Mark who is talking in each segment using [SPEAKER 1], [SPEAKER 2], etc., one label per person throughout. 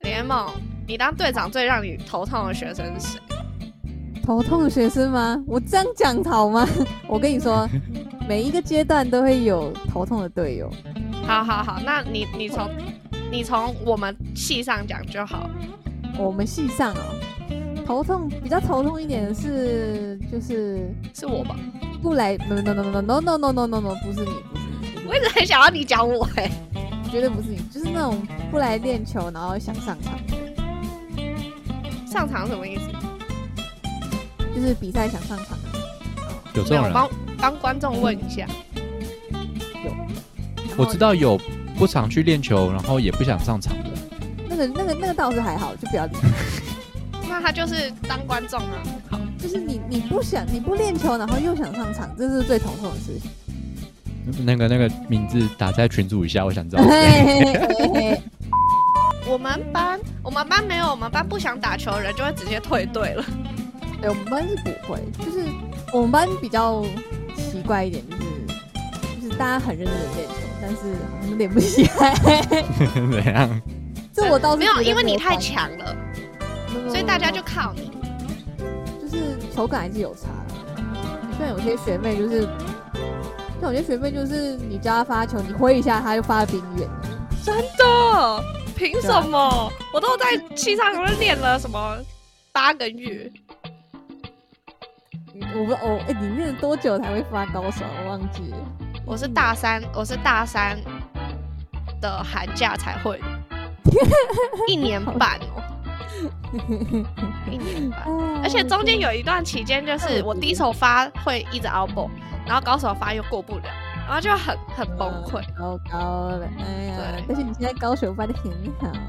[SPEAKER 1] 联盟，你当队长最让你头痛的学生是谁？
[SPEAKER 2] 头痛的学生吗？我这样讲好 吗？我跟你说，每一个阶段都会有头痛的队友。
[SPEAKER 1] 好好好，那你你从你从我们系上讲就好。
[SPEAKER 2] 我们系上哦，头痛比较头痛一点的是，就是
[SPEAKER 1] 是我吧？
[SPEAKER 2] 不来，no no no no no no no no no no，不是你，不是你，
[SPEAKER 1] 我一直很想要你讲我哎、
[SPEAKER 2] 绝对不是你，就是那种不来练球，然后想上场，
[SPEAKER 1] 上场什么意思？
[SPEAKER 2] 就是比赛想上场啊。
[SPEAKER 3] 有这
[SPEAKER 1] 没有
[SPEAKER 3] 种人，啊
[SPEAKER 1] 帮帮观众问一下。
[SPEAKER 2] 然后
[SPEAKER 3] 我知道有不常去练球，然后也不想上场的。
[SPEAKER 2] 那个那个那个倒是还好，就不要理。
[SPEAKER 1] 那他就是当观众啊。好，
[SPEAKER 2] 就是你你不想你不练球，然后又想上场，这是最头痛的事情。
[SPEAKER 3] 那个那个名字打在群组一下，我想知道
[SPEAKER 2] 嘿
[SPEAKER 3] 是谁。
[SPEAKER 2] 嘿嘿嘿 嘿
[SPEAKER 1] 我们班我们班没有，我们班不想打球的人就会直接退队了。
[SPEAKER 2] 哎，我们班是不会，就是我们班比较奇怪一点，就是就是大家很认真的练球，但是好像有点不起来。
[SPEAKER 3] 怎样？
[SPEAKER 2] 这我倒是
[SPEAKER 1] 没有，
[SPEAKER 2] 觉得
[SPEAKER 1] 因为你
[SPEAKER 2] 有
[SPEAKER 1] 太
[SPEAKER 2] 关系
[SPEAKER 1] 强了，
[SPEAKER 2] 没有没有
[SPEAKER 1] 所以大家
[SPEAKER 2] 没
[SPEAKER 1] 就
[SPEAKER 2] 有
[SPEAKER 1] 靠你。
[SPEAKER 2] 就是球感还是有差的。虽然有些学妹就是，像有些学妹就是你叫她发球，你挥一下她就发的比你远。
[SPEAKER 1] 真的？凭什么？我都在气上头练了什么八个月，
[SPEAKER 2] 我不我哎、你练了多久才会发高手啊？我忘记了。
[SPEAKER 1] 我是大三，我是大三的寒假才会的，一年半哦，一年半。
[SPEAKER 2] 啊
[SPEAKER 1] 而且中间有一段期间，就是我低手发会一直凹爆，然后高手发又过不了，然后就很很崩溃，
[SPEAKER 2] 糟糕了，哎呀
[SPEAKER 1] 对！
[SPEAKER 2] 但是你现在高手发的很好耶。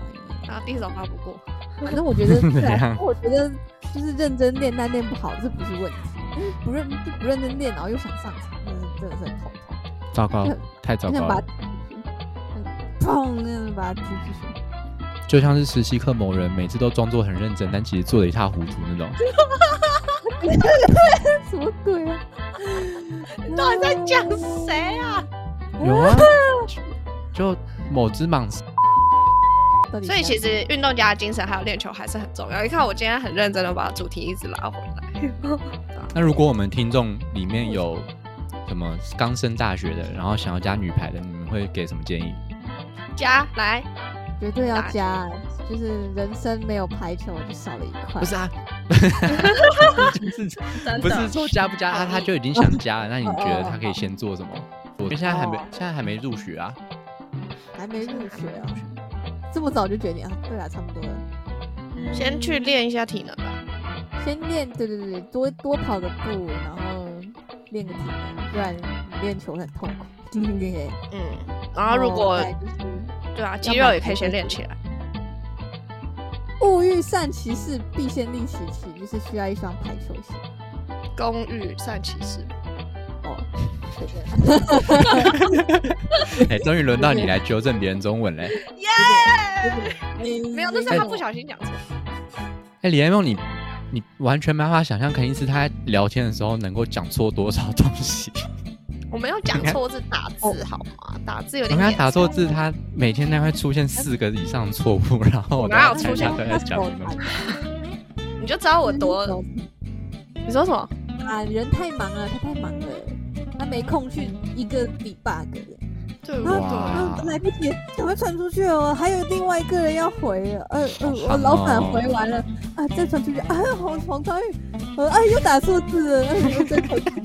[SPEAKER 1] 然后低手发不过。
[SPEAKER 2] 反正我觉 得，对
[SPEAKER 3] 怎
[SPEAKER 2] 啊
[SPEAKER 3] 样
[SPEAKER 2] 我觉得就是认真练，但练不好这不是问题。不认就不认真练，然后又想上场，真是真的是很头痛。
[SPEAKER 3] 糟糕，太糟
[SPEAKER 2] 很
[SPEAKER 3] 糕
[SPEAKER 2] 想把
[SPEAKER 3] 了
[SPEAKER 2] 它，踢出去，很砰，那样把它踢出去。
[SPEAKER 3] 就像是实习课某人每次都装作很认真，但其实做的一塌糊涂 那种。
[SPEAKER 2] 什么鬼啊？ 嗯
[SPEAKER 1] 你到底在讲谁啊？
[SPEAKER 3] 有啊，就某只蟒蛇，
[SPEAKER 2] 到底
[SPEAKER 1] 所以
[SPEAKER 2] 谁
[SPEAKER 1] 其实运动家的精神还有练球还是很重要。你看我今天很认真的把主题一直拉回来，
[SPEAKER 3] 那如果我们听众里面有什么刚升大学的，然后想要加女排的，你们会给什么建议？
[SPEAKER 1] 加来
[SPEAKER 2] 绝对要
[SPEAKER 1] 打
[SPEAKER 2] 加，就是人生没有排球就少了一块。
[SPEAKER 3] 不是啊， 就是
[SPEAKER 1] 真的嗯
[SPEAKER 3] 不是说加不加，他他就已经想加了。那你觉得他可以先做什么？我因为现在还没
[SPEAKER 2] 哦
[SPEAKER 3] 现在还没入学啊，
[SPEAKER 2] 还没入学哦，这么早就决定啊？对啦，差不多了。
[SPEAKER 1] 先去练一下体能吧。
[SPEAKER 2] 先练，对对对，多多跑个步，然后练个体能，不然你练球很痛苦。
[SPEAKER 1] 嗯，然后如果
[SPEAKER 2] 哦再来就是
[SPEAKER 1] 对啊，肌肉也可以先练起来。
[SPEAKER 2] 物欲善其事，必先利其器，就是需要一双排球鞋。
[SPEAKER 1] 公寓善其事，
[SPEAKER 2] 哦，对对，
[SPEAKER 3] 哎，终于轮到你来纠正别人中 文嘞。
[SPEAKER 1] 耶！
[SPEAKER 3] 嗯
[SPEAKER 1] 没有，那
[SPEAKER 2] 但
[SPEAKER 1] 是他不小心讲错。
[SPEAKER 3] 哎，李爱梦，你你完全没办法想象肯尼斯他在聊天的时候能够讲错多少东 西。
[SPEAKER 1] 我没有讲错是打字好吗？打字有
[SPEAKER 3] 我
[SPEAKER 1] 点
[SPEAKER 3] 刚
[SPEAKER 1] 眼熟。
[SPEAKER 3] 才打错字，他每天大概出现四个以上的错误，然后 我都
[SPEAKER 1] 哪
[SPEAKER 3] 要
[SPEAKER 1] 有
[SPEAKER 3] 猜
[SPEAKER 1] 出
[SPEAKER 3] 一
[SPEAKER 1] 现
[SPEAKER 3] 下他在讲什么。
[SPEAKER 1] 你就知道我
[SPEAKER 3] 嗯
[SPEAKER 1] 多。你说什么？
[SPEAKER 2] 啊，人太忙了，他太忙了，他没空去一个 debug 的。
[SPEAKER 1] 对
[SPEAKER 3] 哇
[SPEAKER 2] 啊啊，来不及，赶快传出去哦！还有另外一个人要回了，呃呃，我
[SPEAKER 3] 好
[SPEAKER 2] 老板
[SPEAKER 3] 烦哦
[SPEAKER 2] 回完了，啊，再传出去，啊，黄黄超玉，呃，哎，又打错字了，哎，又再传出去，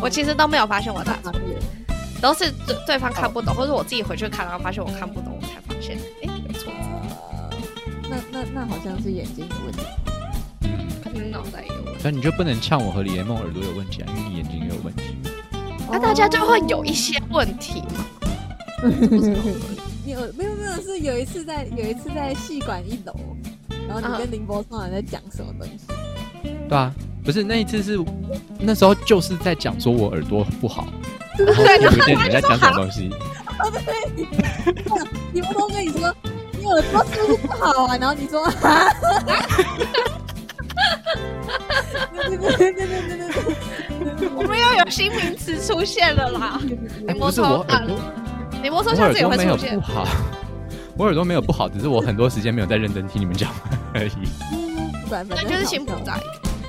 [SPEAKER 1] 我其实都没有发现我打
[SPEAKER 2] 啊
[SPEAKER 1] 错，都是对对方看不懂，或者我自己回去看，然后发现我看不懂，我才发现，哎，有错，
[SPEAKER 2] 啊那那那好像是眼睛的问题，
[SPEAKER 1] 可能脑袋有问题。
[SPEAKER 3] 所以嗯你就不能呛我和李爱梦耳朵有问题啊，因为你眼睛也有问题。
[SPEAKER 1] 那啊大家就会
[SPEAKER 2] 哦
[SPEAKER 1] 有一些问题 嘛。这不是很合理
[SPEAKER 2] 你有没有没有是有一次在有一次在戏馆一楼，然后你
[SPEAKER 1] 嗯
[SPEAKER 2] 跟林博松在讲什么东 西？
[SPEAKER 3] 对啊，不是那一次是那时候就是在讲说我耳朵不好，然后
[SPEAKER 1] 对
[SPEAKER 3] 我不见你在讲什么东西，
[SPEAKER 2] 林博松跟你说你耳朵是不是不好啊？然后你说啊。对对对对对对对对，
[SPEAKER 1] 我们又有新名词出现了啦。
[SPEAKER 3] 哎
[SPEAKER 1] 林博
[SPEAKER 3] 不是
[SPEAKER 1] 聪
[SPEAKER 3] 我
[SPEAKER 1] 啊
[SPEAKER 3] 耳朵，
[SPEAKER 1] 你摩托
[SPEAKER 3] 我
[SPEAKER 1] 下
[SPEAKER 3] 耳
[SPEAKER 1] 次也
[SPEAKER 3] 朵
[SPEAKER 1] 会
[SPEAKER 3] 没有
[SPEAKER 1] 出现
[SPEAKER 3] 不，好，我耳朵没有不好，只是我很多时间没有在认真听你们讲话而已。
[SPEAKER 2] 反反
[SPEAKER 1] 那
[SPEAKER 2] 正
[SPEAKER 1] 就是
[SPEAKER 2] 好
[SPEAKER 1] 心不
[SPEAKER 2] 笑
[SPEAKER 1] 在，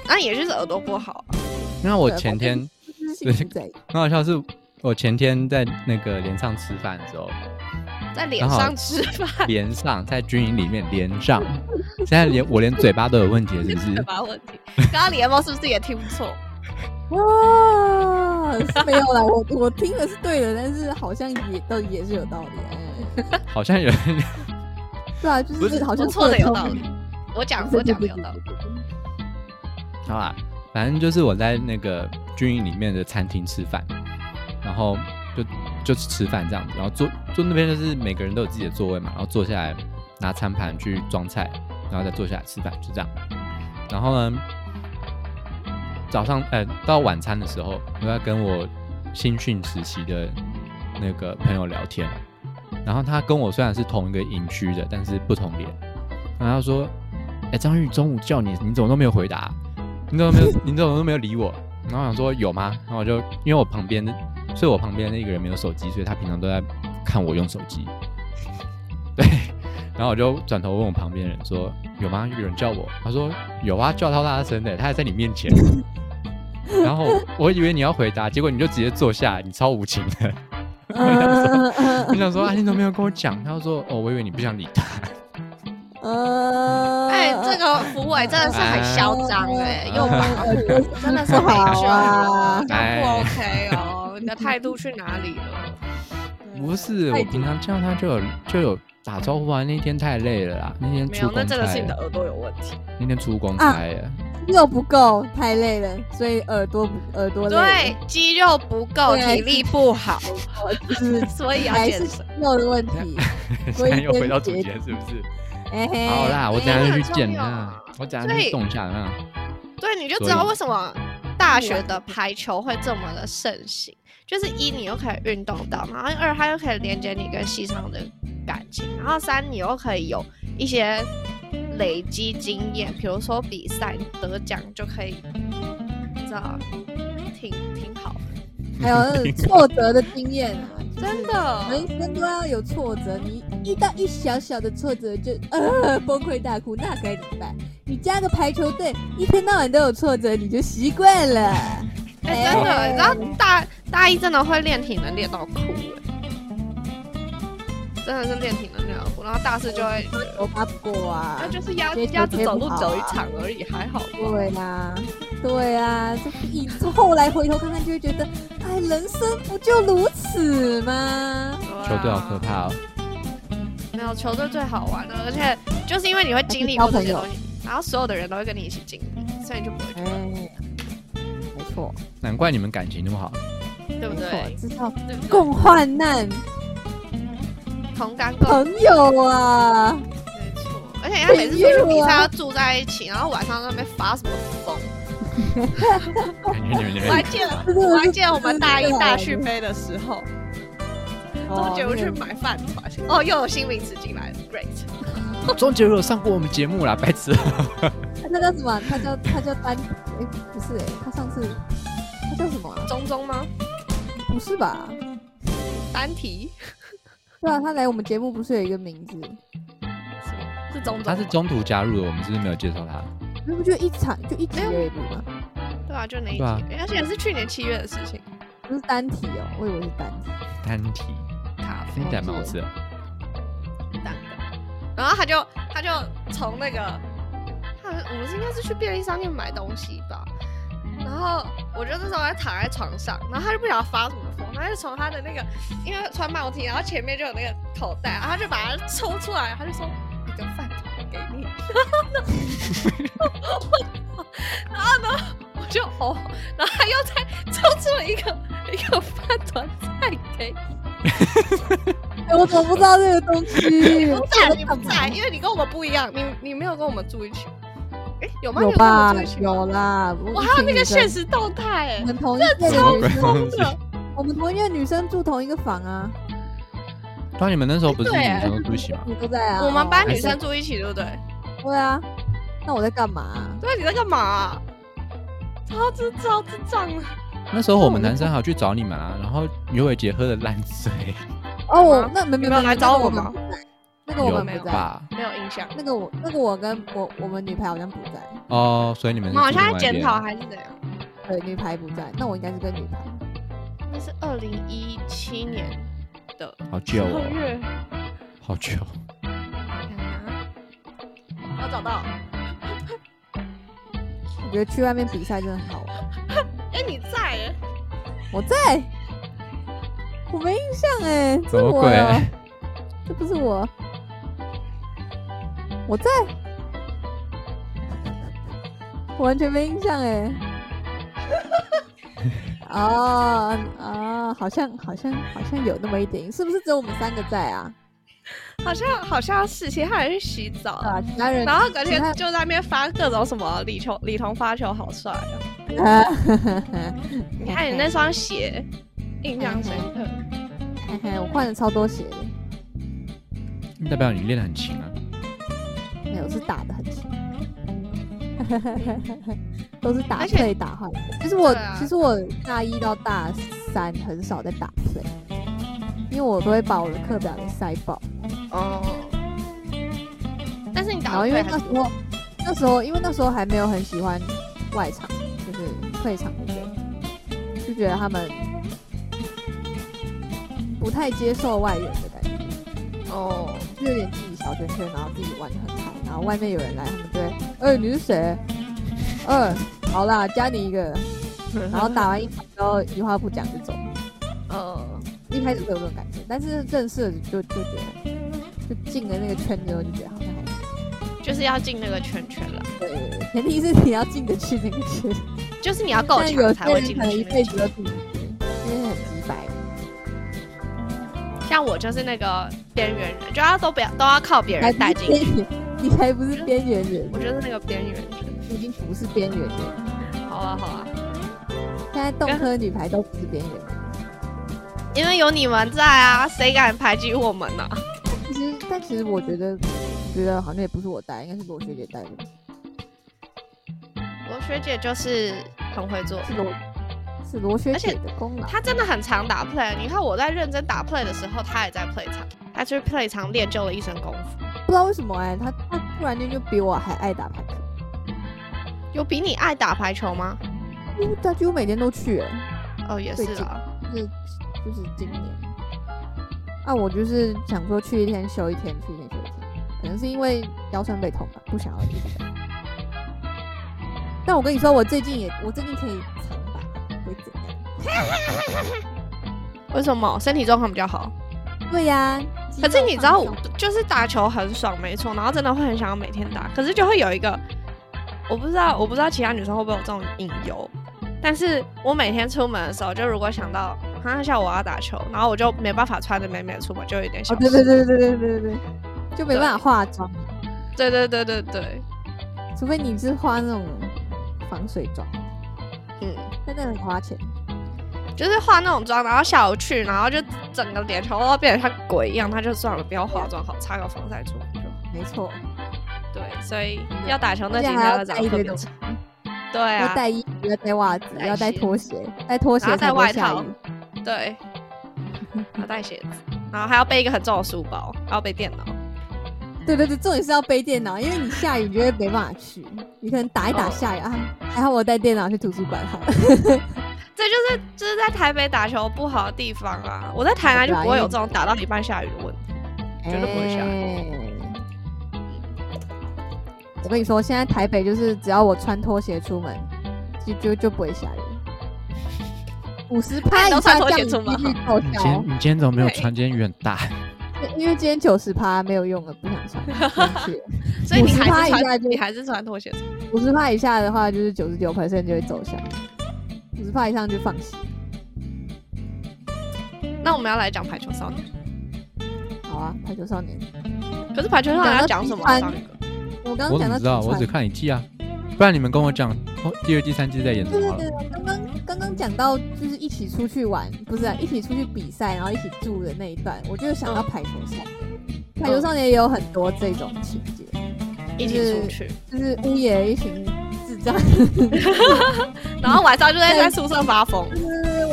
[SPEAKER 1] 那也就是耳朵不好啊。
[SPEAKER 3] 那我
[SPEAKER 2] 对
[SPEAKER 3] 前
[SPEAKER 2] 反正
[SPEAKER 3] 天
[SPEAKER 2] 就是心不在。
[SPEAKER 3] 很好笑，是我前天在那个连上吃饭的 时候，
[SPEAKER 1] 在脸
[SPEAKER 3] 刚好
[SPEAKER 1] 上吃饭，
[SPEAKER 3] 连上在军营里面连上，现在连我连嘴巴都有问题了，是不
[SPEAKER 1] 什
[SPEAKER 3] 是？
[SPEAKER 1] 么问题？刚刚你的猫是不是也听不错？
[SPEAKER 2] 哇，是没有啦，我我听的是对的，但是好像也都也是有道理。哎
[SPEAKER 3] 好像有人
[SPEAKER 2] 对啊，就
[SPEAKER 3] 不
[SPEAKER 2] 是好像
[SPEAKER 1] 我错的有道
[SPEAKER 2] 理。
[SPEAKER 1] 理，我讲
[SPEAKER 2] 对
[SPEAKER 1] 我讲的有
[SPEAKER 2] 对
[SPEAKER 1] 道理。
[SPEAKER 2] 对对对
[SPEAKER 3] 好啦，反正就是我在那个军营里面的餐厅吃饭，然后就就是吃饭这样子，然后坐坐那边就是每个人都有自己的座位嘛，然后坐下来拿餐盘去装菜，然后再坐下来吃饭，就这样。然后呢，早上呃到晚餐的时候，我在跟我新训时期的那个朋友聊天，然后他跟我虽然是同一个营区的，但是不同连。然后他说：“哎、张玉，中午叫你，你怎么都没有回答、啊你怎么没有？你怎么都没有理我？”然后我想说有吗？然后我就因为我旁边的，所以我旁边那个人没有手机，所以他平常都在看我用手机。 对，然后我就转头问我旁边的人说：“有吗？有人叫我？”他说：“有啊，叫超大声的，他还在你面前。” 然后我以为你要回答，结果你就直接坐下来，你超无情的。
[SPEAKER 2] 嗯嗯嗯
[SPEAKER 3] 我想说啊，你怎么没有跟我讲？他就说：“哦，我以为你不想理他。”
[SPEAKER 2] 嗯，
[SPEAKER 1] 哎，这个福伟真的是很嚣张哎，
[SPEAKER 2] 啊
[SPEAKER 1] 又 把真的是
[SPEAKER 2] 不
[SPEAKER 1] 很
[SPEAKER 2] 好
[SPEAKER 1] 凶
[SPEAKER 2] 啊
[SPEAKER 1] 哦，这样不 OK 哦，你的态度去哪里了？
[SPEAKER 3] 不是，
[SPEAKER 2] 太
[SPEAKER 3] 我平常叫他就有就有打招呼啊。那天太累了啦，那天
[SPEAKER 1] 没
[SPEAKER 3] 出
[SPEAKER 1] 有，那
[SPEAKER 3] 公差
[SPEAKER 1] 真的是你的
[SPEAKER 3] 了，
[SPEAKER 1] 耳朵有问题。
[SPEAKER 3] 那天出公
[SPEAKER 2] 啊
[SPEAKER 3] 差 了。
[SPEAKER 2] 肉不够，太累了，所以耳朵不耳朵累
[SPEAKER 1] 对，肌肉不够，
[SPEAKER 2] 对
[SPEAKER 1] 体力不好，
[SPEAKER 2] 了， 就是
[SPEAKER 1] 所以要
[SPEAKER 2] 还
[SPEAKER 1] 健
[SPEAKER 2] 是
[SPEAKER 1] 身。
[SPEAKER 2] 肉的问题。所
[SPEAKER 3] 现
[SPEAKER 2] 以
[SPEAKER 3] 在又
[SPEAKER 2] 先
[SPEAKER 3] 回到主
[SPEAKER 2] 解
[SPEAKER 3] 题了，是不是？
[SPEAKER 2] 哎嘿，
[SPEAKER 3] 好啦，我
[SPEAKER 1] 哎
[SPEAKER 3] 等下
[SPEAKER 1] 那
[SPEAKER 3] 就
[SPEAKER 1] 很
[SPEAKER 3] 去
[SPEAKER 1] 重
[SPEAKER 3] 见
[SPEAKER 1] 要
[SPEAKER 3] 啦
[SPEAKER 1] 啊，
[SPEAKER 3] 我等下
[SPEAKER 1] 所
[SPEAKER 3] 去
[SPEAKER 1] 以
[SPEAKER 3] 动一下啦。
[SPEAKER 1] 对，你就
[SPEAKER 3] 所
[SPEAKER 1] 知道
[SPEAKER 3] 以
[SPEAKER 1] 为什么大学的排球会这么的盛行，就是一你又可以运动到，然后二它又可以连接你跟系上的感情，然后三你又可以有一些累积经验，比如说比赛你得奖就可以，你知道，挺挺好的，
[SPEAKER 2] 还有那种挫折的经验啊，就是
[SPEAKER 1] 真
[SPEAKER 2] 人
[SPEAKER 1] 的。
[SPEAKER 2] 生都要有挫折，你遇到一小小的挫折就 呃崩溃大哭，那该怎么办？你加个排球队，一天到晚都有挫折，你就习惯了。
[SPEAKER 1] 哎、真的，你知道大大一真的会练体能练到哭、哎，真的是练体能练到哭，然后大四就会。
[SPEAKER 2] 我打不过啊
[SPEAKER 1] 那，就是鸭
[SPEAKER 2] 接球
[SPEAKER 1] 鸭子
[SPEAKER 2] 接
[SPEAKER 1] 走
[SPEAKER 2] 不
[SPEAKER 1] 路
[SPEAKER 2] 好
[SPEAKER 1] 走一
[SPEAKER 2] 啊
[SPEAKER 1] 场而已，还好吧。
[SPEAKER 2] 对啊，对啊，这以后来回头看看就会觉得，哎，人生不就如此吗？
[SPEAKER 1] 对
[SPEAKER 3] 球队好
[SPEAKER 1] 啊
[SPEAKER 3] 可怕哦，
[SPEAKER 1] 没有球队最好玩了，而且就是因为你会经历过这些东西，然后所有的人都会跟你一起经历，所以你就不会觉
[SPEAKER 2] 哎，
[SPEAKER 1] 得，
[SPEAKER 2] 没错，
[SPEAKER 3] 难怪你们感情那么好。
[SPEAKER 1] 对
[SPEAKER 2] 没
[SPEAKER 1] 不
[SPEAKER 2] 错
[SPEAKER 1] 对，？
[SPEAKER 2] 知道
[SPEAKER 1] 对不对
[SPEAKER 2] 共患难，
[SPEAKER 1] 同甘共
[SPEAKER 2] 朋友啊，
[SPEAKER 1] 没错。而且人家每次出去比赛要住在一起，然后晚上在那边发什么疯。
[SPEAKER 3] 感觉你们
[SPEAKER 1] 哦
[SPEAKER 3] 那
[SPEAKER 1] 我还
[SPEAKER 3] 边
[SPEAKER 1] 记得，
[SPEAKER 2] 这个
[SPEAKER 1] 我
[SPEAKER 2] 是
[SPEAKER 1] 还记得我们大一大
[SPEAKER 2] 这
[SPEAKER 1] 续
[SPEAKER 2] 个
[SPEAKER 1] 杯的时候，
[SPEAKER 2] 哦
[SPEAKER 1] 周杰伦去买饭团，哦，又有新名词进来了，great。
[SPEAKER 3] 钟杰如有上过我们节目啦，白痴。
[SPEAKER 2] 那个那叫什么？他叫他叫丹，哎，不是哎，他上次他叫什么啊？
[SPEAKER 1] 中中吗？
[SPEAKER 2] 不是吧？
[SPEAKER 1] 单体
[SPEAKER 2] 对啊，他来我们节目不是有一个名字？
[SPEAKER 1] 是中中吗，
[SPEAKER 3] 他是中途加入的，我们是不是没有介绍他？
[SPEAKER 2] 那不就一场就一集
[SPEAKER 1] 没有
[SPEAKER 2] 而已吗？
[SPEAKER 1] 对啊，就那一集，
[SPEAKER 3] 对啊
[SPEAKER 1] 而且是去年七月的事情。
[SPEAKER 2] 不是单体哦，我以为是单体。
[SPEAKER 3] 单体，
[SPEAKER 1] 咖啡
[SPEAKER 3] 听起来蛮好吃的。
[SPEAKER 1] 蛋的，然后他就他就从那个，他我们是应该是去便利商店买东西吧，然后我就那时候还躺在床上，然后他就不晓得发什么疯，他就从他的那个，因为穿帽 T，然后前面就有那个口袋，然后他就把它抽出来，他就说一个饭团给你， 然后呢，然后呢我就哦，然后他又再抽出了一个一个饭团再给你。
[SPEAKER 2] 哎，我怎么不知道这个东 西？
[SPEAKER 1] 不 在，你不在，因为你跟我们不一样，你你没有跟我们住一起。哎、有吗？
[SPEAKER 2] 有
[SPEAKER 1] 你跟我
[SPEAKER 2] 吧
[SPEAKER 1] 们住一起？。
[SPEAKER 2] 有啦，
[SPEAKER 1] 我还有那个现
[SPEAKER 2] 现实，
[SPEAKER 1] 实动态、
[SPEAKER 2] 我
[SPEAKER 1] 哎，
[SPEAKER 2] 们同一个
[SPEAKER 3] 什么
[SPEAKER 2] 女
[SPEAKER 3] 鬼
[SPEAKER 2] 生，
[SPEAKER 3] 东西？
[SPEAKER 2] 我们同一个女生住同一个房啊，
[SPEAKER 3] 当然你们啊那时候不是
[SPEAKER 1] 对
[SPEAKER 3] 女生都住一起吗？
[SPEAKER 2] 你都在啊。
[SPEAKER 1] 我们班
[SPEAKER 2] 哦
[SPEAKER 1] 女生。住一起，对不对？
[SPEAKER 2] 对啊，那我在干嘛啊？
[SPEAKER 1] 对，你在干嘛、啊超智超智障了！
[SPEAKER 3] 那时候我们男生还有去找你们啊，然后于伟杰喝的烂醉，
[SPEAKER 2] 哦，
[SPEAKER 1] 有吗
[SPEAKER 2] 我那没
[SPEAKER 1] 你
[SPEAKER 2] 没
[SPEAKER 1] 们有来找我吗？
[SPEAKER 2] 那个我
[SPEAKER 3] 有
[SPEAKER 2] 们不在，
[SPEAKER 3] 吧？
[SPEAKER 1] 没有印象。
[SPEAKER 2] 那个我那个我跟我我们女排好像不在，
[SPEAKER 3] 哦，所以你们
[SPEAKER 1] 我们
[SPEAKER 3] 是
[SPEAKER 1] 好像在
[SPEAKER 3] 住另外
[SPEAKER 1] 检
[SPEAKER 3] 一
[SPEAKER 1] 讨
[SPEAKER 3] 边
[SPEAKER 1] 还是怎样？
[SPEAKER 2] 对，女排不在，那我应该是跟女排。
[SPEAKER 1] 那是二零一七年的
[SPEAKER 3] 好久
[SPEAKER 1] 二
[SPEAKER 3] 哦，
[SPEAKER 1] 月，
[SPEAKER 3] 好久。哦
[SPEAKER 1] 看看啊我找到。
[SPEAKER 2] 我觉得去外面比赛真的好玩。
[SPEAKER 1] 哎，你在耶？
[SPEAKER 2] 我在，我没印象哎、这
[SPEAKER 3] 什么
[SPEAKER 2] 我
[SPEAKER 3] 鬼
[SPEAKER 2] 啊，这不是我，我在，我完全没印象哎、 哦啊，好像好像好像有那么一点，是不是只有我们三个在啊？
[SPEAKER 1] 好像好像是，其他人去洗澡
[SPEAKER 2] 对啊，其他人
[SPEAKER 1] 哦 然后隔
[SPEAKER 2] 其
[SPEAKER 1] 天
[SPEAKER 2] 他
[SPEAKER 1] 就在那边发各种什么李彤李彤发球好帅啊！
[SPEAKER 2] 啊，
[SPEAKER 1] 你看你那双鞋，印象深刻。
[SPEAKER 2] 嘿 嘿，我换了超多鞋的，
[SPEAKER 3] 代表你练得很勤啊，
[SPEAKER 2] 没有
[SPEAKER 1] 嗯
[SPEAKER 2] 是打的很勤， 都是打
[SPEAKER 1] 而且
[SPEAKER 2] play 打坏的。其实我、
[SPEAKER 1] 对啊
[SPEAKER 2] 其实我大一到大三很少在打 play，因为我都会把我的课表给塞爆。
[SPEAKER 1] 哦。但是你
[SPEAKER 2] 嗯然
[SPEAKER 1] 打
[SPEAKER 2] 后
[SPEAKER 1] 得
[SPEAKER 2] 因为
[SPEAKER 1] 对还
[SPEAKER 2] 那
[SPEAKER 1] 是
[SPEAKER 2] 时候那时候因为那时候还没有很喜欢外场，就是退场的人，就觉得他们不太接受外援的感觉。
[SPEAKER 1] 哦，
[SPEAKER 2] 就有点自己小圈圈，然后自己玩的很好，然后外面有人来，他们就会，哎、你是谁？嗯、好啦，加你一个。然后打完一场之后，一话不讲就走。
[SPEAKER 1] 呃，
[SPEAKER 2] 一开始会有这种感觉，但是认识了就就觉得，就进了那个圈之后就觉得好像还行。
[SPEAKER 1] 就是要进那个圈圈了，
[SPEAKER 2] 对对对，前提是你要进得去那个圈。
[SPEAKER 1] 就是你要够
[SPEAKER 2] 但有
[SPEAKER 1] 强才
[SPEAKER 2] 些
[SPEAKER 1] 会
[SPEAKER 2] 人
[SPEAKER 1] 进
[SPEAKER 2] 可
[SPEAKER 1] 得
[SPEAKER 2] 能
[SPEAKER 1] 去
[SPEAKER 2] 一
[SPEAKER 1] 那个
[SPEAKER 2] 辈
[SPEAKER 1] 圈。
[SPEAKER 2] 子都进不去，因为很直白。
[SPEAKER 1] 像我就是那个边缘人，就要都不要都要靠别
[SPEAKER 2] 还
[SPEAKER 1] 人带
[SPEAKER 2] 不
[SPEAKER 1] 进
[SPEAKER 2] 是
[SPEAKER 1] 去。
[SPEAKER 2] 边缘，你才不是边缘人，
[SPEAKER 1] 我就是那个边缘人。
[SPEAKER 2] 你已经不是边缘人。
[SPEAKER 1] 好啊，好啊，
[SPEAKER 2] 现在动科女排都不是边缘人。
[SPEAKER 1] 因为有你们在啊，谁敢排挤我们啊呢、
[SPEAKER 2] 其实，但其实我觉得，觉得好像也不是我带，应该是罗学姐带的，
[SPEAKER 1] 我学姐就是很会做，
[SPEAKER 2] 是罗，是罗学
[SPEAKER 1] 而且
[SPEAKER 2] 姐的功劳。
[SPEAKER 1] 她真的很常打 play。你看我在认真打 play 的时候，她也在 play 场，她去 play 场练就了一身功夫，
[SPEAKER 2] 不知道为什么哎、她她突然间就比我还爱打排球，
[SPEAKER 1] 有比你爱打排球吗？
[SPEAKER 2] 嗯几乎她几乎每天都去、哎
[SPEAKER 1] 哦，也是啊，
[SPEAKER 2] 就是就是今年。啊，我就是想说去一天休一天，去一天休一天，可能是因为腰酸背痛吧，不想要一直打。但我跟你说，我最近也，我最近可以常打，会怎样？
[SPEAKER 1] 为什么身体状况比较好？
[SPEAKER 2] 对呀、肌
[SPEAKER 1] 可是
[SPEAKER 2] 肉
[SPEAKER 1] 你知
[SPEAKER 2] 放
[SPEAKER 1] 道
[SPEAKER 2] 松，
[SPEAKER 1] 就是打球很爽，没错，然后真的会很想要每天打，可是就会有一个，我不知道，我不知道其他女生会不会有这种隐忧，但是我每天出门的时候，就如果想到好像下午我要打球，然后我就没办法穿着美美地出门，就有一点小
[SPEAKER 2] 哦，对对对对对对对对，就没办法化妆，
[SPEAKER 1] 对对对对对，
[SPEAKER 2] 除非你是化那种防水妆，
[SPEAKER 1] 嗯，
[SPEAKER 2] 但那很花钱。
[SPEAKER 1] 就是化那种妆，然后下午去，然后就整个脸全部都变得像鬼一样，那就算了，不要化妆好，擦个防晒出门就好。
[SPEAKER 2] 没错，
[SPEAKER 1] 对，所以要打球那
[SPEAKER 2] 而且
[SPEAKER 1] 几天
[SPEAKER 2] 还
[SPEAKER 1] 要
[SPEAKER 2] 要
[SPEAKER 1] 长得
[SPEAKER 2] 带一
[SPEAKER 1] 特
[SPEAKER 2] 堆
[SPEAKER 1] 别
[SPEAKER 2] 东西
[SPEAKER 1] 丑。，对
[SPEAKER 2] 要
[SPEAKER 1] 啊，
[SPEAKER 2] 带衣服，要带袜子，
[SPEAKER 1] 带
[SPEAKER 2] 要带
[SPEAKER 1] 鞋
[SPEAKER 2] 拖鞋，带拖
[SPEAKER 1] 然
[SPEAKER 2] 鞋
[SPEAKER 1] 后带
[SPEAKER 2] 才不会
[SPEAKER 1] 外
[SPEAKER 2] 下
[SPEAKER 1] 套
[SPEAKER 2] 雨。
[SPEAKER 1] 对，要带鞋子，然后还要背一个很重的书包，还要背电脑。
[SPEAKER 2] 对对对，重点是要背电脑，因为你下雨你就会没办法去，你可能打一打
[SPEAKER 1] 哦
[SPEAKER 2] 下雨、啊，还好我带电脑去图书馆好了。
[SPEAKER 1] 这就是就是在台北打球不好的地方啊！我在台南就不会有这种打到一半下雨的问题。绝对不会下
[SPEAKER 2] 哎我跟你说，现在台北就是只要我穿拖鞋出门，就就就不会下雨。五十
[SPEAKER 1] 那
[SPEAKER 2] 趴
[SPEAKER 1] 你
[SPEAKER 2] 以
[SPEAKER 1] 都
[SPEAKER 2] 下
[SPEAKER 1] 穿拖
[SPEAKER 2] 降
[SPEAKER 1] 鞋
[SPEAKER 2] 雨几
[SPEAKER 1] 出门
[SPEAKER 2] 率够
[SPEAKER 3] 你今
[SPEAKER 2] 小
[SPEAKER 3] 天
[SPEAKER 2] 哦
[SPEAKER 3] 你，今天怎么没有
[SPEAKER 1] 对
[SPEAKER 3] 穿？今天雨很大。
[SPEAKER 2] 因为今天九十趴没有用了，不想穿生气了。
[SPEAKER 1] 所以你还
[SPEAKER 2] 50%
[SPEAKER 1] 是
[SPEAKER 2] 以下
[SPEAKER 1] 穿，
[SPEAKER 2] 就
[SPEAKER 1] 你还是穿拖鞋出门。
[SPEAKER 2] 五十趴以下的话，就是九十九 percent 就会走下五十趴以上就放弃。
[SPEAKER 1] 那我们要来讲排球少年，
[SPEAKER 2] 好啊，排球少年，
[SPEAKER 1] 可是排球少年要讲什么啊？少年哥
[SPEAKER 2] 我刚
[SPEAKER 3] 我
[SPEAKER 2] 刚讲
[SPEAKER 3] 怎么
[SPEAKER 2] 到
[SPEAKER 3] 知道？
[SPEAKER 2] 体
[SPEAKER 3] 我只
[SPEAKER 2] 传
[SPEAKER 3] 看一季啊，不然你们跟我讲，哦，第二、第三季在演什
[SPEAKER 2] 对
[SPEAKER 3] 么
[SPEAKER 2] 对
[SPEAKER 3] 好了？
[SPEAKER 2] 对，我刚刚刚刚讲到就是一起出去玩，不是、啊、
[SPEAKER 1] 嗯
[SPEAKER 2] 一起出去比赛，然后一起住的那一段，我就想到排球少
[SPEAKER 1] 嗯
[SPEAKER 2] 年。排球少年也有很多这种情节，
[SPEAKER 1] 一起出去，
[SPEAKER 2] 就是屋野一群智 障，
[SPEAKER 1] 然后晚上就在在宿舍发疯。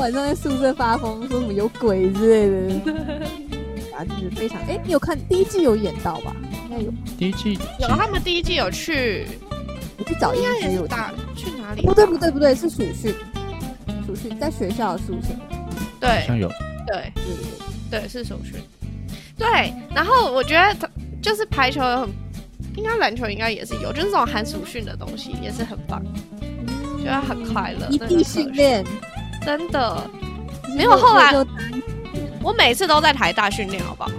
[SPEAKER 2] 晚上在宿舍发疯，说什么有鬼之类的。啊，就是非常哎、你有看第一季有演到吧？应该有，
[SPEAKER 3] 第一季
[SPEAKER 1] 有啊他们第一季有去，
[SPEAKER 2] 我去找应
[SPEAKER 1] 应该
[SPEAKER 2] 该
[SPEAKER 1] 也
[SPEAKER 2] 有
[SPEAKER 1] 是。打去哪里？啊
[SPEAKER 2] 不对不对不对，是暑训，暑训在学校的暑训，
[SPEAKER 3] 好
[SPEAKER 1] 对
[SPEAKER 3] 像有，
[SPEAKER 1] 对
[SPEAKER 2] 对对对，
[SPEAKER 1] 对，是首选。对，然后我觉得他就是排球有很，应该篮球应该也是有，就是这种寒暑训的东西也是很棒，觉得很快乐。
[SPEAKER 2] 异
[SPEAKER 1] 那
[SPEAKER 2] 地
[SPEAKER 1] 个
[SPEAKER 2] 训
[SPEAKER 1] 课
[SPEAKER 2] 练，
[SPEAKER 1] 真的，
[SPEAKER 2] 就是
[SPEAKER 1] 没有后来
[SPEAKER 2] 就
[SPEAKER 1] 我每次都在台大训练，好不好？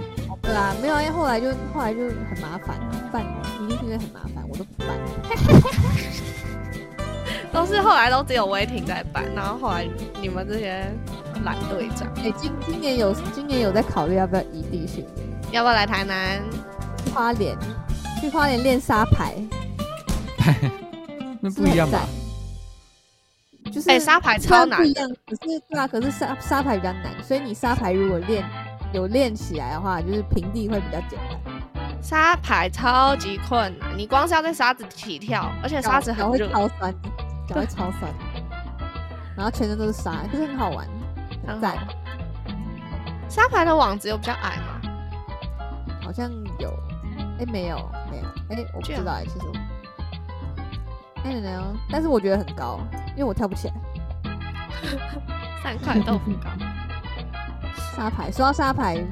[SPEAKER 2] 对啊，没有，因为后来就后来就很麻烦，办异地训练很麻烦，我都不办。
[SPEAKER 1] 都是后来都只有威霆在办，然后后来你们这些懒队长
[SPEAKER 2] 哎、今今年有今年有在考虑要不要异地训练，
[SPEAKER 1] 要不要来台南？
[SPEAKER 2] 去花莲，去花莲练沙排，
[SPEAKER 3] 那
[SPEAKER 2] 是
[SPEAKER 3] 不一样
[SPEAKER 2] 很
[SPEAKER 3] 吧？
[SPEAKER 2] 赞就是
[SPEAKER 1] 哎、沙排
[SPEAKER 2] 虽
[SPEAKER 1] 超
[SPEAKER 2] 然不
[SPEAKER 1] 难
[SPEAKER 2] 一，样，可是对啊，可是沙沙排比较难，所以你沙排如果练有练起来的话，就是平地会比较简单，
[SPEAKER 1] 沙排超级困难，你光是要在沙子起跳，而且沙子
[SPEAKER 2] 脚
[SPEAKER 1] 很
[SPEAKER 2] 会
[SPEAKER 1] 热，
[SPEAKER 2] 超酸的，脚 会超酸的，然后全身都是沙，可是很好玩，
[SPEAKER 1] 很
[SPEAKER 2] 很
[SPEAKER 1] 好
[SPEAKER 2] 赞，。
[SPEAKER 1] 沙排的网子有比较矮吗？
[SPEAKER 2] 好像有，哎、没有没有，哎、我
[SPEAKER 1] 这
[SPEAKER 2] 不知
[SPEAKER 1] 样
[SPEAKER 2] 道哎、其实我。I don't know，但是我觉得很高，因为我跳不起来。
[SPEAKER 1] 三块豆腐 糕。
[SPEAKER 2] 沙排，说到沙排，《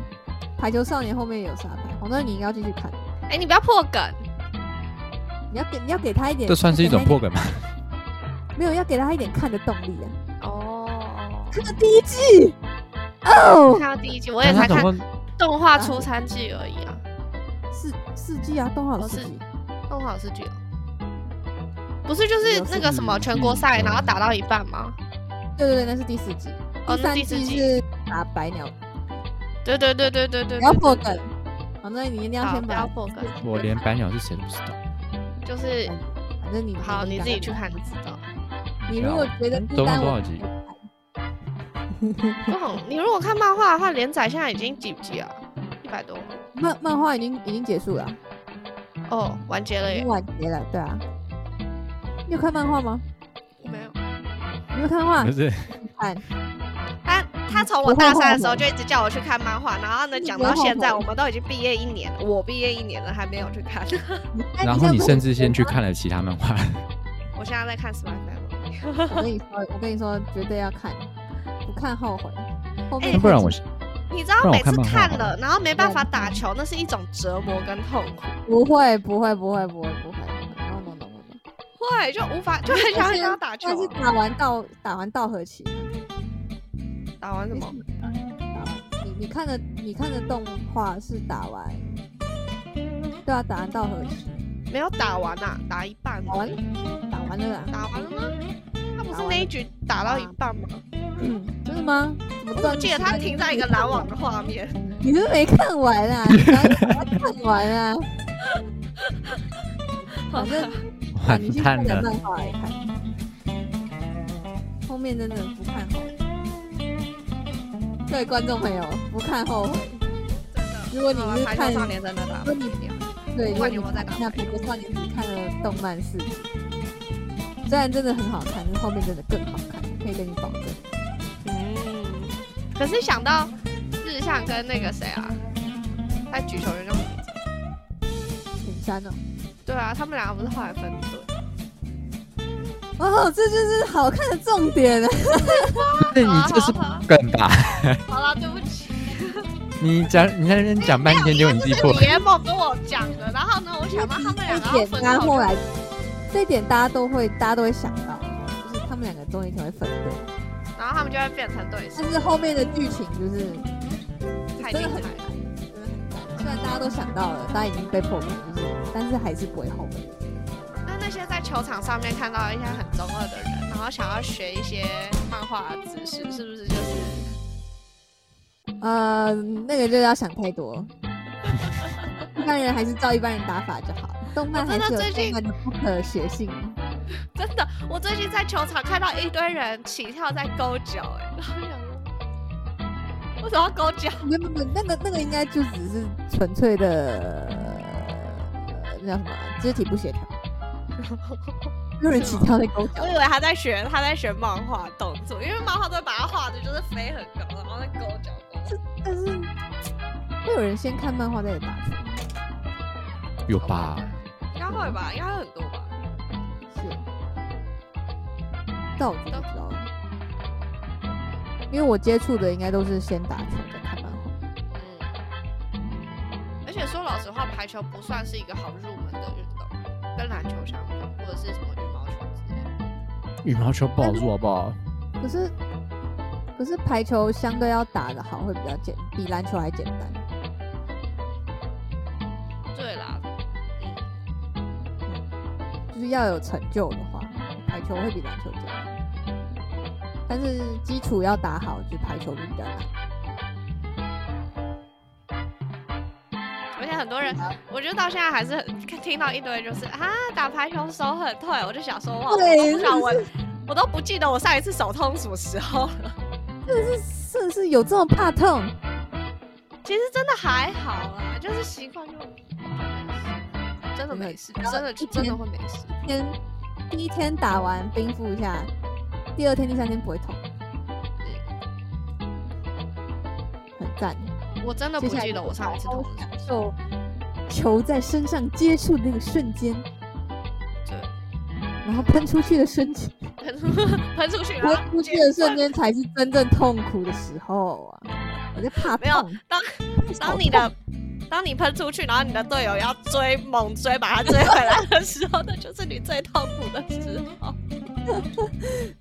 [SPEAKER 2] 排球少年》后面也有沙排，黄豆你应该要继续看。
[SPEAKER 1] 哎、你不要破梗，
[SPEAKER 2] 你要给你要给他一点，
[SPEAKER 3] 这算是一种
[SPEAKER 2] 要给
[SPEAKER 3] 破梗吧？
[SPEAKER 2] 他一点没有，要给他一点看的动力啊！
[SPEAKER 1] 哦，
[SPEAKER 2] 看到第一季哦，
[SPEAKER 1] 看到第一季，我
[SPEAKER 3] 我
[SPEAKER 1] 也才看
[SPEAKER 3] 过
[SPEAKER 1] 动画出三季而已啊，
[SPEAKER 2] 四四季啊，动画有
[SPEAKER 1] 哦
[SPEAKER 2] 四
[SPEAKER 1] 是
[SPEAKER 2] 季，
[SPEAKER 1] 动画是剧哦，不是就是那个什么全国赛，
[SPEAKER 3] 嗯
[SPEAKER 1] 然后打到一半吗？
[SPEAKER 2] 对对对，那是第四季，
[SPEAKER 1] 哦
[SPEAKER 2] 第
[SPEAKER 1] 那
[SPEAKER 2] 三
[SPEAKER 1] 第四季
[SPEAKER 2] 季是打白鸟，
[SPEAKER 1] 对对对对对对，
[SPEAKER 2] 不要
[SPEAKER 1] 对
[SPEAKER 2] 破，
[SPEAKER 1] 对
[SPEAKER 2] 梗。黄豆你一定要
[SPEAKER 1] 好
[SPEAKER 2] 先
[SPEAKER 1] 不要
[SPEAKER 2] 把，
[SPEAKER 1] 破梗，
[SPEAKER 3] 我连白鸟是谁都不知道。
[SPEAKER 1] 就是
[SPEAKER 2] 反正你
[SPEAKER 1] 好，你自己去
[SPEAKER 2] 看。
[SPEAKER 1] 看就知道。
[SPEAKER 2] 你如果觉得孤
[SPEAKER 3] 总共
[SPEAKER 2] 单，
[SPEAKER 3] 多
[SPEAKER 2] 我
[SPEAKER 3] 少集？
[SPEAKER 1] 不懂，你如果看漫画的话，连载现在已经几集啊？一百多
[SPEAKER 2] 漫漫画已经已经结束了啊，
[SPEAKER 1] 哦，完结了
[SPEAKER 2] 已
[SPEAKER 1] 耶
[SPEAKER 2] 经，完结了，对啊。你有看漫画吗？
[SPEAKER 1] 没有。
[SPEAKER 2] 你有看漫画？
[SPEAKER 3] 不是，
[SPEAKER 2] 看，
[SPEAKER 1] 他他从我大三的时候就一直叫我去看漫画，然后呢讲到现在，我们都已经毕业一年了，我毕业一年了还没有去看。
[SPEAKER 3] 然后你甚至先
[SPEAKER 2] 先
[SPEAKER 3] 去看了其他漫画，
[SPEAKER 1] 我现在在看《Spy Family》，
[SPEAKER 2] 我跟你说，我跟你说，绝对要看，不看后悔。后面
[SPEAKER 1] 哎
[SPEAKER 3] 不然
[SPEAKER 2] 看
[SPEAKER 3] 我
[SPEAKER 1] 你知道
[SPEAKER 3] 不然我
[SPEAKER 1] 每次
[SPEAKER 3] 看漫画
[SPEAKER 1] 看
[SPEAKER 3] 好
[SPEAKER 1] 了
[SPEAKER 3] 了，
[SPEAKER 1] 然后没办法打球，那是一种折磨跟痛苦，
[SPEAKER 2] 不会，不会，不会，不会，不会。no no no no no。
[SPEAKER 1] 会就无法就很想很想打球
[SPEAKER 2] 但。是打啊完道打完道和棋，
[SPEAKER 1] 打完什么？
[SPEAKER 2] 打完你你看的你看的动画是打完，对啊，打完道和棋，
[SPEAKER 1] 没有打完啊，打一半。
[SPEAKER 2] 打完打完了啦。
[SPEAKER 1] 打完了吗？他不
[SPEAKER 2] 打
[SPEAKER 1] 是
[SPEAKER 2] 完
[SPEAKER 1] 那一
[SPEAKER 2] 了
[SPEAKER 1] 局打到一半吗？
[SPEAKER 2] 嗯，真的吗？怎么
[SPEAKER 1] 我
[SPEAKER 2] 断？
[SPEAKER 1] 记得他停在一个拦网的画面。
[SPEAKER 2] 你是不是没看完啊？你赶快把它看完啊！
[SPEAKER 1] 好
[SPEAKER 2] 反正
[SPEAKER 3] 完
[SPEAKER 2] 你去看
[SPEAKER 3] 蛋
[SPEAKER 2] 点
[SPEAKER 3] 了。
[SPEAKER 2] 漫画来看，后面真的不看后悔。各位观众朋友，不看后悔。
[SPEAKER 1] 真的
[SPEAKER 2] 如果你
[SPEAKER 1] 好了
[SPEAKER 2] 是
[SPEAKER 1] 排球
[SPEAKER 2] 看
[SPEAKER 1] 少年真的打不
[SPEAKER 2] 如果你
[SPEAKER 1] 掉。
[SPEAKER 2] 对，
[SPEAKER 1] 不
[SPEAKER 2] 如果
[SPEAKER 1] 管你
[SPEAKER 2] 你
[SPEAKER 1] 有没有在
[SPEAKER 2] 看
[SPEAKER 1] 打
[SPEAKER 2] 那《
[SPEAKER 1] 排
[SPEAKER 2] 排球少年》只看了动漫四集，虽然真的很好看，但是后面真的更好看，可以跟你保证。
[SPEAKER 1] 嗯，可是想到日向跟那个谁啊，在举球运动，
[SPEAKER 2] 挺山哦，
[SPEAKER 1] 对啊，他们两个不是后来分队？
[SPEAKER 2] 哦，这就是好看的重点啊！
[SPEAKER 3] 对，你这 是
[SPEAKER 1] 啊
[SPEAKER 3] 梗吧？
[SPEAKER 1] 好了，对不起，
[SPEAKER 3] 你讲，你在那边讲半天，就你自己破
[SPEAKER 1] 是。联盟跟我讲的。然后呢，我想到他们两个
[SPEAKER 2] 这一
[SPEAKER 1] 要
[SPEAKER 2] 点
[SPEAKER 1] 分
[SPEAKER 2] 大家后
[SPEAKER 1] 后，
[SPEAKER 2] 来，这一点大家都会，大家都会想到，就是他们两个终于成为粉队，
[SPEAKER 1] 然后他们就会变成对手，
[SPEAKER 2] 但是后面的剧情就是
[SPEAKER 1] 太
[SPEAKER 2] 真
[SPEAKER 1] 精
[SPEAKER 2] 的很
[SPEAKER 1] 彩了。
[SPEAKER 2] 真的很赞。虽然大家都想到了，大家已经被破梗，就是，但是还是不会后悔。
[SPEAKER 1] 那那些在球场上面看到一些很中二的人，然后想要学一些漫画的知识，是不是就是
[SPEAKER 2] 呃，那个就要想太多。一般人还是照一般人打法就好。动漫
[SPEAKER 1] 我
[SPEAKER 2] 还
[SPEAKER 1] 真的
[SPEAKER 2] 是有
[SPEAKER 1] 最近
[SPEAKER 2] 动漫的不可写性。
[SPEAKER 1] 真的？我最近在球场看到一堆人起跳在勾脚、哎，然后我想说，为什么要勾脚？
[SPEAKER 2] 没没没，那个那个应该就只是纯粹的、呃那叫什么肢体不 协调。没有人起跳在勾脚
[SPEAKER 1] 我以，为他在学他在学漫画动作，因为漫画都会把它画的就是飞很高，然后在勾脚勾。
[SPEAKER 2] 但是会有人先看漫画再打字吗，
[SPEAKER 3] 有吧？
[SPEAKER 1] 应该会吧，应该会很多吧。
[SPEAKER 2] 是。但我就不知道了，因为我接触的应该都是先打球再看漫画。
[SPEAKER 1] 嗯，而且说老实话，排球不算是一个好入门的运动，跟篮球相比，或者是什么羽毛球之类的。
[SPEAKER 3] 羽毛球不好做，好不好？
[SPEAKER 2] 可是，可是排球相对要打的好，会比较简，比篮球还简单。
[SPEAKER 1] 对啦，嗯，
[SPEAKER 2] 就是要有成就的话，排球会比篮球简单。但是基础要打好，就排球就比较难。
[SPEAKER 1] 而且很多人，我觉得到现在还是很听到一堆就是啊，打排球手很痛，欸我就想说哇，我
[SPEAKER 2] 对
[SPEAKER 1] 都不想我，我都不记得我上一次手痛什么时候了。
[SPEAKER 2] 是是有这么怕痛？
[SPEAKER 1] 其实真的还好啦，就是习惯就就没事，真的没事，真的
[SPEAKER 2] 一
[SPEAKER 1] 真的
[SPEAKER 2] 天
[SPEAKER 1] 会没事。
[SPEAKER 2] 天第一天打完冰敷一下，第二天、第三天不会痛，很赞。
[SPEAKER 1] 我真的不
[SPEAKER 2] 接下来
[SPEAKER 1] 记得我上一次痛是什么时候。
[SPEAKER 2] 就球在身上接触的那个瞬间，
[SPEAKER 1] 对，
[SPEAKER 2] 然后喷出去的瞬间，
[SPEAKER 1] 喷出 喷出去，然后
[SPEAKER 2] 喷出去的瞬间才是真正痛苦的时候啊！我在怕
[SPEAKER 1] 没有
[SPEAKER 2] 痛，
[SPEAKER 1] 当
[SPEAKER 2] 好
[SPEAKER 1] 当你的当你喷出去，然后你的队友要追猛追把他追回来的时候，那就是你最痛苦的时候。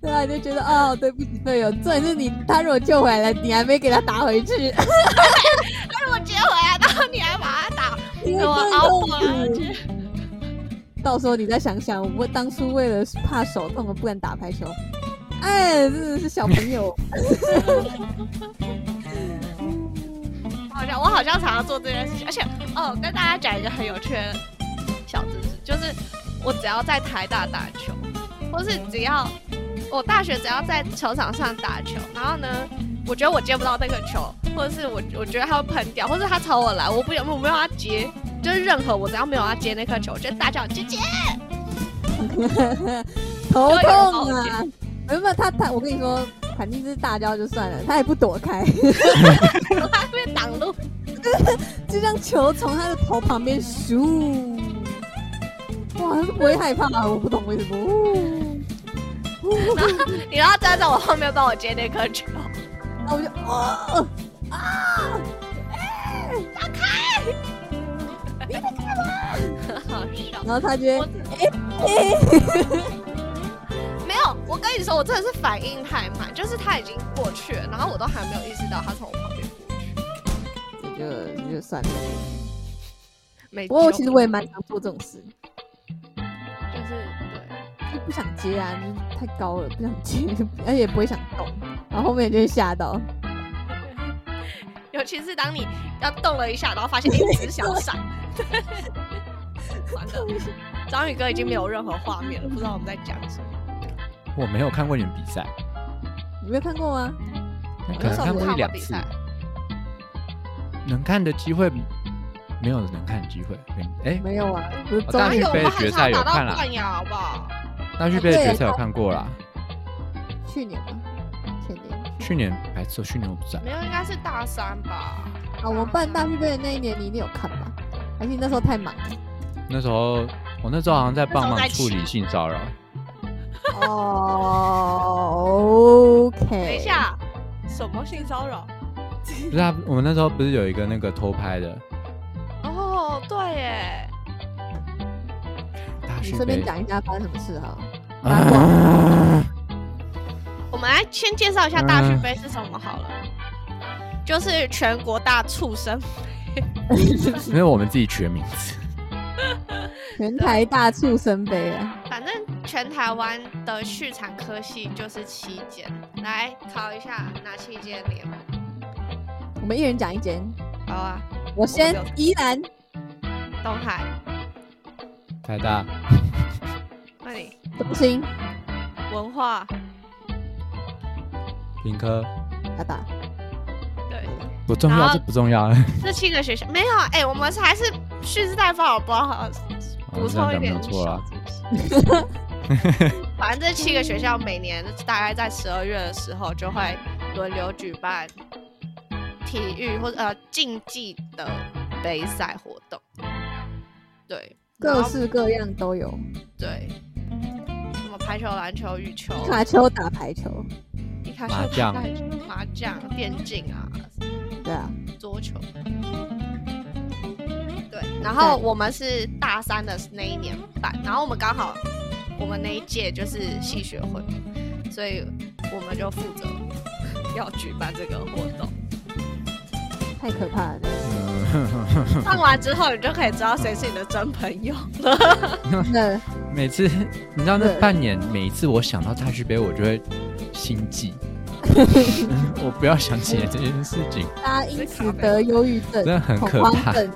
[SPEAKER 2] 对啊，你就觉得哦，对不起队友，重点是你他如果救回来了，你还没给他打回去，
[SPEAKER 1] 如果接回来，然后你还把他打，
[SPEAKER 2] 你会
[SPEAKER 1] 我
[SPEAKER 2] 更
[SPEAKER 1] 熬
[SPEAKER 2] 痛
[SPEAKER 1] 过来，
[SPEAKER 2] 苦。到时候你再想想，我当初为了怕手痛而不敢打排球，哎，真的是小朋友。
[SPEAKER 1] 好像我好像常常做这件事情，而且哦，跟大家讲一个很有趣的小知识，就是我只要在台大打球，或是只要我大学只要在球场上打球，然后呢，我觉得我接不到那个球，或者是我我觉得他会喷掉，或者他朝我来，我不我没有要接，就是任何我只要没有要接那颗球，我就大叫姐姐，
[SPEAKER 2] 头
[SPEAKER 1] 就有人帮
[SPEAKER 2] 痛
[SPEAKER 1] 我
[SPEAKER 2] 啊！没有没有，他他，我跟你说，肯定是大叫就算了，他也不躲开，
[SPEAKER 1] 我还被挡路，
[SPEAKER 2] 就像球从他的头旁边咻，哇，他是不会害怕啊！我不懂为什么。呜呜
[SPEAKER 1] 你然后站在我后面帮我接那颗球，
[SPEAKER 2] 然后我就哦
[SPEAKER 1] 好笑。
[SPEAKER 2] 然后他觉
[SPEAKER 1] 我
[SPEAKER 2] 得
[SPEAKER 1] 没有，我跟你说，我真的是反应太慢，就是他已经过去了，然后我都还没有意识到他从我旁边过去。
[SPEAKER 2] 这就就算了。
[SPEAKER 1] 没
[SPEAKER 2] 不过我
[SPEAKER 1] 救
[SPEAKER 2] 其实
[SPEAKER 1] 了
[SPEAKER 2] 我也蛮常做这种事，
[SPEAKER 1] 就是对，
[SPEAKER 2] 就不想接啊，就是太高了，不想接， 而且也不会想动，然后后面就会吓到。
[SPEAKER 1] 尤其是当你要动了一下，然后发 现你只是想闪，完了，章宇哥已经没有任何画面 了，不知道我们在讲什么。
[SPEAKER 3] 我没有看过你们比赛，
[SPEAKER 2] 你没有看过吗？
[SPEAKER 3] 可能
[SPEAKER 1] 那时候
[SPEAKER 3] 看
[SPEAKER 1] 我
[SPEAKER 3] 过
[SPEAKER 1] 看
[SPEAKER 3] 一
[SPEAKER 1] 过
[SPEAKER 3] 两
[SPEAKER 1] 比
[SPEAKER 3] 次
[SPEAKER 1] 赛。
[SPEAKER 3] 能看的机会没有能看的机会，哎、
[SPEAKER 2] 没有啊，不是
[SPEAKER 3] 哦
[SPEAKER 2] 中
[SPEAKER 3] 大
[SPEAKER 1] 哪
[SPEAKER 3] 学
[SPEAKER 1] 有我
[SPEAKER 3] 杯
[SPEAKER 1] 们
[SPEAKER 3] 决
[SPEAKER 1] 很
[SPEAKER 3] 赛
[SPEAKER 1] 常
[SPEAKER 3] 有
[SPEAKER 1] 打
[SPEAKER 3] 看啊
[SPEAKER 1] 到
[SPEAKER 3] 啦
[SPEAKER 1] 冠亚，好不好？
[SPEAKER 3] 大区杯的
[SPEAKER 2] 对
[SPEAKER 3] 决赛有看过啦，
[SPEAKER 2] 去年吗？前年
[SPEAKER 3] 去年白痴，去年我不在，
[SPEAKER 1] 没有，应该是大三吧。
[SPEAKER 2] 啊，我办大巨杯的那一年，你一定有看吧？还是你那时候太忙了？
[SPEAKER 3] 那时候我那时候好像在
[SPEAKER 1] 那
[SPEAKER 3] 帮
[SPEAKER 1] 时候在
[SPEAKER 3] 忙处理性骚扰，
[SPEAKER 2] 哦，OK。
[SPEAKER 1] 等一，下，什么性骚扰？
[SPEAKER 3] 不是啊，我们那时候不是有一个那个偷拍的
[SPEAKER 1] 哦，对耶，
[SPEAKER 3] 大
[SPEAKER 2] 你
[SPEAKER 3] 区
[SPEAKER 2] 顺
[SPEAKER 3] 杯
[SPEAKER 2] 便，讲一下发生什么事哈？八卦
[SPEAKER 3] 啊
[SPEAKER 1] 我们来先介绍一下大学
[SPEAKER 3] 嗯
[SPEAKER 1] 杯是什么好了，就是全国大畜生
[SPEAKER 3] 没有我们自己取的名字，
[SPEAKER 2] 全台大畜生杯啊！
[SPEAKER 1] 反正全台湾的畜产科系就是七间，来考一下哪七间联盟？
[SPEAKER 2] 我们一人讲一间。
[SPEAKER 1] 好啊，
[SPEAKER 2] 我先
[SPEAKER 1] 我们
[SPEAKER 2] 宜兰，
[SPEAKER 1] 东海，
[SPEAKER 3] 台大
[SPEAKER 1] 那你
[SPEAKER 2] 中心，
[SPEAKER 1] 文化，
[SPEAKER 3] 林科
[SPEAKER 2] 打打。
[SPEAKER 1] 对，
[SPEAKER 3] 不重
[SPEAKER 1] 然
[SPEAKER 3] 要，
[SPEAKER 1] 后
[SPEAKER 3] 这不重要，
[SPEAKER 1] 这七个学校没有啊，哎、我们还是蓄势待发，好不好？补
[SPEAKER 3] 哦这
[SPEAKER 1] 充
[SPEAKER 3] 样
[SPEAKER 1] 一
[SPEAKER 3] 讲没
[SPEAKER 1] 点
[SPEAKER 3] 有错
[SPEAKER 1] 小
[SPEAKER 3] 啦
[SPEAKER 1] 知识 反正这七个学校每年大概在十二月的时候就会轮流举办体育或者呃竞技的杯赛活动，对，然
[SPEAKER 2] 各
[SPEAKER 1] 后
[SPEAKER 2] 式各样都有，
[SPEAKER 1] 对，什么排球、篮球、羽球、
[SPEAKER 2] 卡丘打排球，
[SPEAKER 1] 一开
[SPEAKER 3] 麻
[SPEAKER 1] 始
[SPEAKER 3] 将
[SPEAKER 1] 排球麻将、电竞啊、
[SPEAKER 2] 对啊，
[SPEAKER 1] 桌球。嗯对，然后我们是大三的那一年办，然后我们刚好我们那一届就是系学会，所以我们就负责要举办这个活 动。
[SPEAKER 2] 太可怕了。
[SPEAKER 3] 嗯
[SPEAKER 1] 办完之后，你就可以知道谁是你的真朋友了。
[SPEAKER 2] 那
[SPEAKER 3] 每次你知道那半年，每一次我想到大师杯，我就会心悸，嗯我不要想起来这件事情，
[SPEAKER 2] 大家因此得忧郁症
[SPEAKER 3] 真、的很
[SPEAKER 2] 恐
[SPEAKER 3] 可
[SPEAKER 2] 慌
[SPEAKER 3] 怕。
[SPEAKER 2] 症、